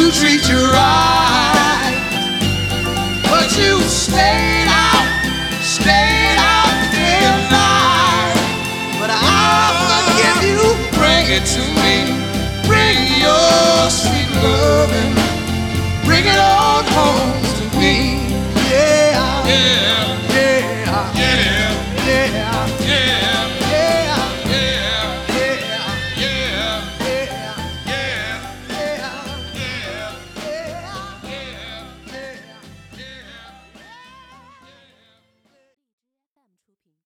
to ride.